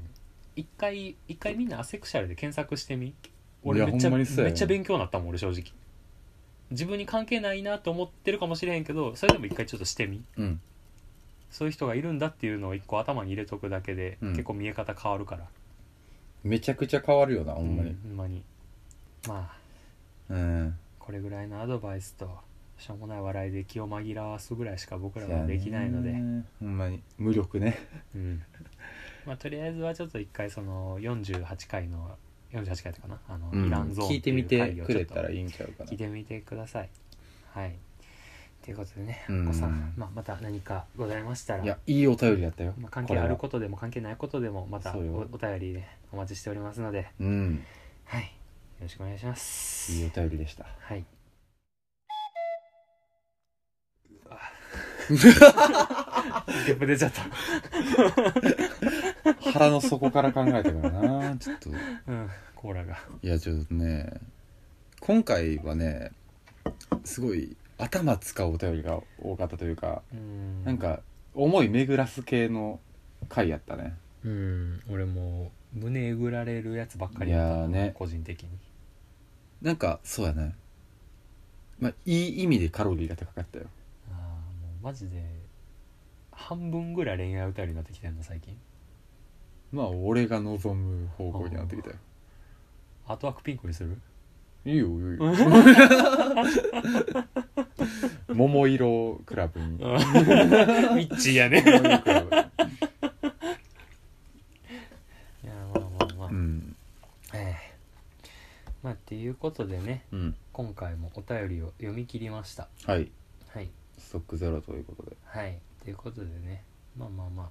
一回一回みんなアセクシャルで検索してみい俺やめっちゃ、ほんまめにそうやねっちゃ勉強になったもん俺正直自分に関係ないなと思ってるかもしれへんけどそれでも一回ちょっとしてみうんそういう人がいるんだっていうのを一個頭に入れとくだけで、うん結構見え方変わるからめちゃくちゃ変わるよなほほんまにほんまにまあうん、これぐらいのアドバイスとしょうもない笑いで気を紛らわすぐらいしか僕らはできないので、そうやねほんまに無力ねうん まあとりあえずはちょっと一回その48回の48回とかなあの、イランゾーン聞いてみてくれたらいいいんちゃうかな聞いてみてくださいはいということでねうんお子さん、まあ、また何かございましたらいやいいお便りやったよ、まあ、関係あるこことでも関係ないことでもまたそうおよお便りでお待ちしておりますのでれはうんはいよろしくお願いしますいいお便りでしたはい ゲップ出ちゃった腹の底から考えたからな ちょっとうんコーラがいやちょっとね今回はねすごい頭使うお便りが多かったというかうんなんか思い巡らす系の回やったねうん俺もう胸えぐられるやつばっかりやいっやたーね個人的になんかそうやねまあいい意味でカロリーが高かったよああもうマジで半分ぐらい恋愛歌よりになってきてんの最近まあ俺が望む方向になってきたよアートワークピンクにす るいいよいいよ 桃色クラブにミッチーやね桃色クラブいやまあまあまあ、うんええまあっていうことでねうん今回もお便りを読み切りましたはいはいストックゼロということではいということでねまあまあま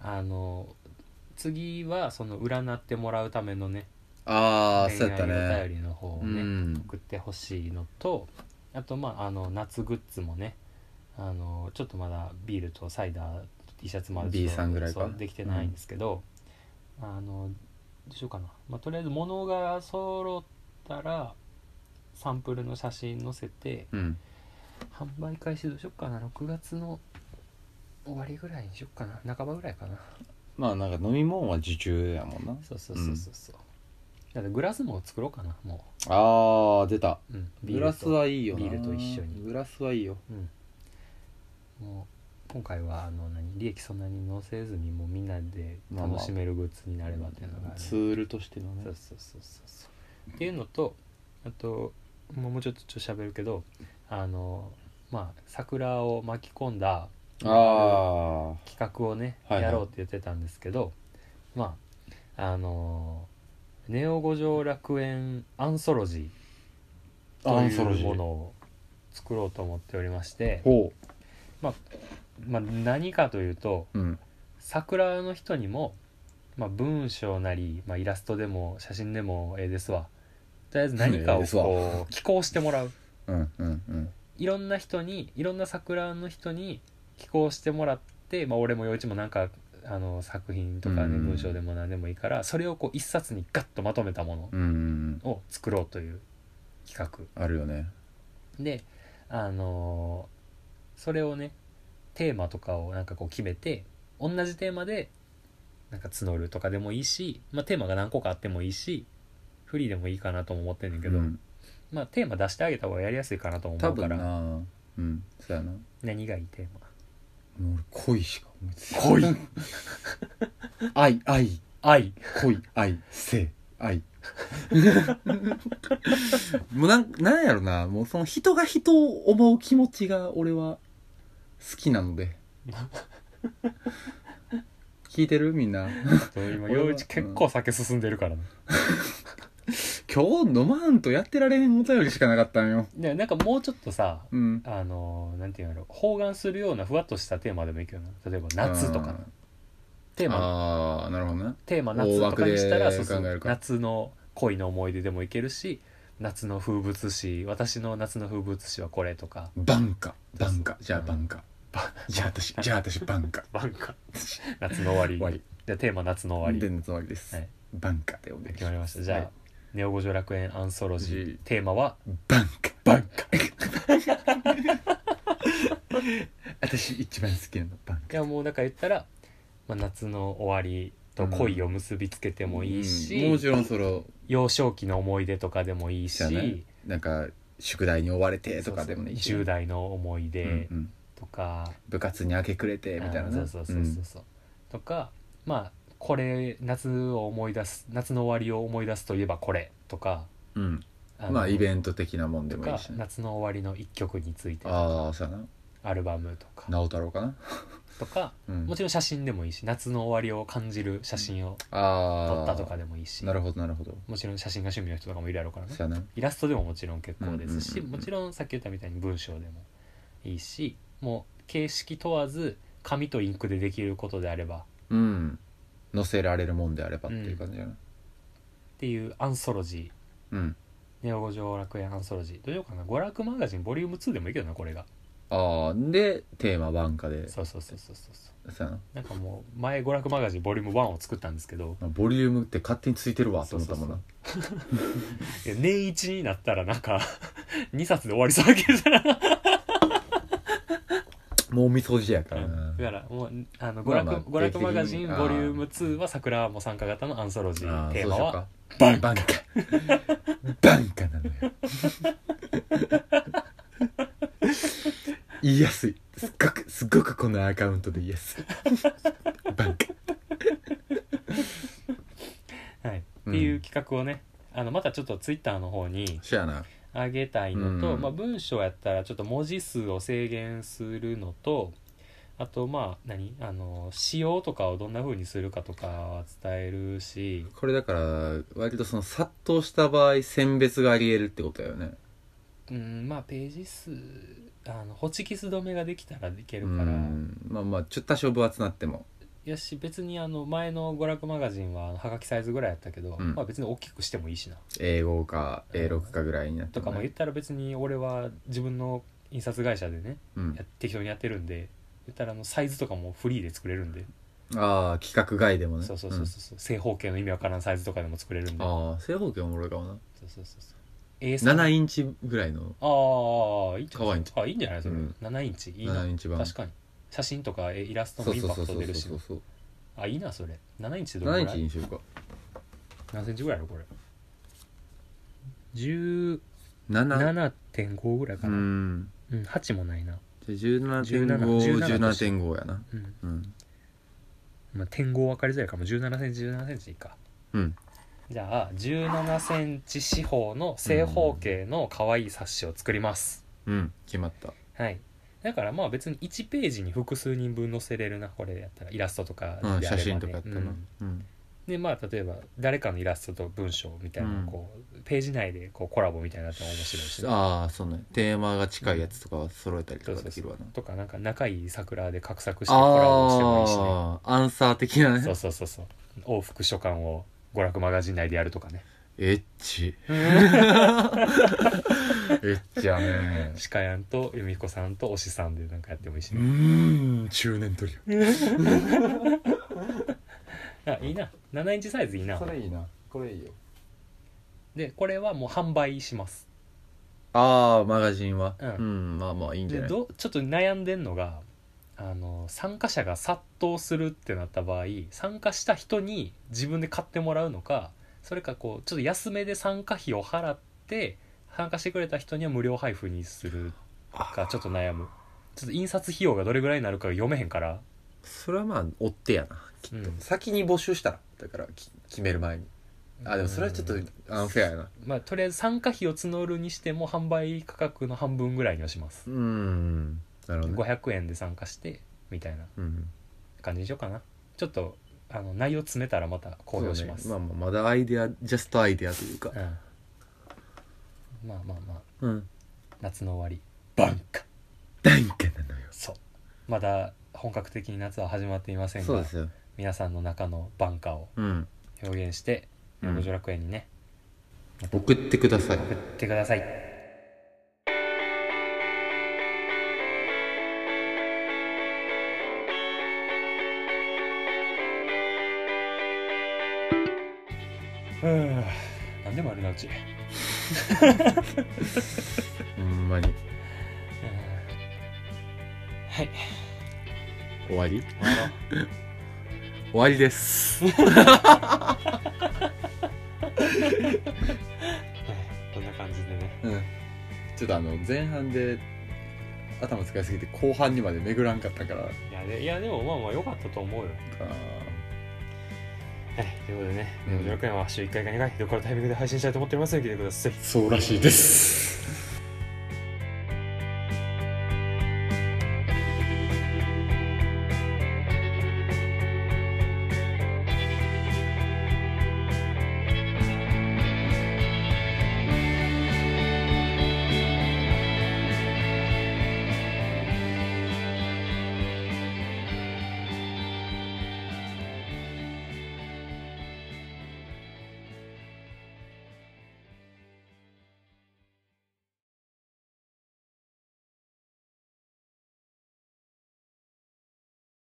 ああの次はその占ってもらうためのねああ恋そうやった愛おね便りの方をうね、ん送ってほしいのとあとまああの夏グッズもねあのちょっとまだビールとサイダー T シャツまだちょっと B さんぐらいかそうできてないんですけど、あのどうしようかな、まあ、とりあえず物が揃ったらサンプルの写真載せてうん販売開始どうしようかな6月の終わりぐらいにしようかな半ばぐらいかなまあなんか飲み物は受注やもんなそうそうそうそうそう、だってグラスも作ろうかなもあー出たう、うん、ビーグルラスとはいいよなビールと一緒にグラスはいいようん、もう今回はあの何利益そんなに載せずにもうみんなで楽しめるグッズになればっていうのがある、ツールとしてのそねうそうそうそうそうっていうのとあともうもうちょっとちょっと喋るけどあのまあ桜を巻き込んだああ企画をね、はいはいやろうって言ってたんですけどまああのネオ五条楽園アンソロジーとアンソロいジうーものを作ろうと思っておりまして、ほまあ、何かというとううん桜の人にも、まあ、文章なり、まあ、イラストでも写真でもええですわとりあえず何かええをですわこう寄稿してもらううんうんうんいろんな人にいろんな桜の人に寄稿してもらって、まあ、俺も陽一もなんかあの作品とかねうん文章でも何でもいいからそれをこう一冊にガッとまとめたもうんうんうんのを作ろうという企画あるよねであのーそれをねテーマとかをなんかこう決めて同じテーマでなんか募るとかでもいいし、まあ、テーマが何個かあってもいいしフリーでもいいかなとも思ってんねんけど、うんまあテーマ出してあげた方がやりやすいかなとも多思うか分らなうんそうやなも何がいいテーマう俺恋しか思いつかない恋愛愛愛恋愛性愛 もうなんなんやろなもうその人が人を思う気持ちが俺は好きなので聞いてるみんな 今俺は陽一結構酒進んでるからね、今日飲まんとやってられへんお便りしかなかったんよでなんかもうちょっとさうんあのーなんていうんやろ包含するようなふわっとしたテーマでもいいけどな例えば夏とかうんテーマああなるほどねテーマ夏とかにしたら大そう枠でそう考えるか夏の恋の思い出でもいけるし夏の風物詩私の夏の風物詩はこれとかバンカバンカそうじゃあバンカバじゃあ私じゃあ私バンカバンカ夏の終わり終わりじゃあテーマ夏の終わりでのつわりです、はいバンカでお願いします決まりましたじゃあ、はいネオ五条楽園アンソロジじーいテーマはバンカバンカ私一番好きなのバンいやもうだから言ったら、まあ、夏の終わりと恋を結びつけてカもいいし、うんもちろんその幼少期の思い出とかでもいいし、じゃあねなんか宿題に追われてとかでもねいいし10代の思い出うんうんとか、部活に明け暮れてみたいなあねーそうそうそうそうそう、とかまあこれ夏を思い出す夏の終わりを思い出すといえばこれとかうんうんのまあイベント的なもんでともいいかし、ね、夏の終わりの一曲についてああそうやなアルバムとか直太郎かな、とかうんも、ちろん写真でもいいし夏の終わりを感じる写真をああ撮ったとかでもいいしなるほどなるほどもちろん写真が趣味の人とかもいるやろうからねそうやなイラストでももちろん結構ですし、うんうんうんうんもちろんさっき言ったみたいに文章でもいいしもう形式問わず紙とインクでできることであればうん載せられるもんであればっていう感じやなっていうアンソロジーうん、ネオ五条楽園アンソロジーどうしようかな娯楽マガジンボリューム2でもいいけどなこれがああでテーマバンカでそそうそうそうそうそうそううやななんかもう前娯楽マガジンボリューム1を作ったんですけどまあボリュームって勝手についてるわと思ったもんないや年一になったらなんか 2冊で終わりそうだけどなもうみそじやからなだからもうあの娯まあ楽,、娯まあ楽マガジン定期的にあーボリューム2は桜も参加型のアンソロジーああテーマはそうしようかバンカバンカなのよ 言いやすいすっごくすっごくこのアカウントで言いやすいバンカはい、うんっていう企画をねあのまたちょっとツイッターの方にそやな上げたいのと、うんまあ、文章やったらちょっと文字数を制限するのとあとまあ何あの仕様とかをどんな風にするかとかは伝えるしこれだから割とその殺到した場合選別がありえるってことだよねうんまあページ数あのホチキス止めができたらいけうるから、んまあまあちょっと多少分厚なってもよし別にあの前の娯楽マガジンはあのはがきサイズぐらいやったけど、うんまあ別に大きくしてもいいしな英語か英6かぐらいになってとかも言っねたら別に俺は自分の印刷会社でねうんや、適当にやってるんで言ったらあのサイズとかもフリーで作れるんでああ企画外でもねそうそうそうそう、正方形の意味わからんサイズとかでも作れるんうんでそうああ正方形おもろいかもそうそうそう A な7インチぐらいのああいいんじゃ可な愛いいんちあいいんじゃないそれ、うん7インチいいな7インチ版確かに写真とかえイラストそもうインそうパそうクそトう出るしそうそうあいいなそれ7インチってどれぐ7インらチいにしようか何センチぐらいやろこれ17.5 7ぐらいかうな、うんん8もないな、じゃあ17.517.5やなうんうんまあ、点5分かりづらいかも1 7センチ1 7センチでいいかうんじゃあ1 7センチ四方の正方形の可愛い冊子を作ります、うん決まったはいだからまあ別に1ページに複数人分載せれるなこれやったらイラストとかであればうんね写真とかやったなううんんでまあ例えば誰かのイラストと文章みたいなのをこう、ページ内でこうコラボみたいなのって面白いしね、ああそうねテーマが近いやつとかは揃えたりそとうかそうできそるわうなとかなんか仲いい桜で画策してコラボしてもいいしねああアンサー的なそねうそうそうそう往復書簡を娯楽マガジン内でやるとかねエッ チ エッチやね鹿やんと由美子さんと推しさんでなんかやってもいいしうね、ーん中年トリあいいな7インチサイズいいなれいいなこれいいよでこれはもう販売しますああマガジンはううんん、まあまあいいんじゃでないどちょっと悩んでんのがあの参加者が殺到するってなった場合参加した人に自分で買ってもらうのかそれかこうちょっと安めで参加費を払って参加してくれた人には無料配布にするかちょっと悩むちょっと印刷費用がどれぐらいになるかが読めへんから、それはまあ追ってやなうん先に募集したらだからき決める前にあでもそれはちょっとアンフェアやなまあとりあえず参加費を募るにしても販売価格の半分ぐらいにはしますうーんなるほど、ね500円で参加してみたいなうん、感じにしようかなちょっとあの内容詰めたらまた公表します、そうねまあ、まあまだアイデアジャストアイデアというかうん、まあまあまあうん夏の終わりバンカ大変なのよそうまだ本格的に夏は始まっていませんそうがですよ皆さんの中のバンカーをうん表現してうん五条楽園にね送ってください送ってくださいふう何でもあるなうちほんまにうんはい終わり終わろう終わりですこんな感じでねうんちょっとあの前半で頭使いすぎて後半にまで巡らんかったからかいやでいやでもまあまあ良かったと思うよはいということでねうん「五条楽園」は週1回か2回どこかのタイミングで配信したいと思っておりますので聞いてくださいそうらしいです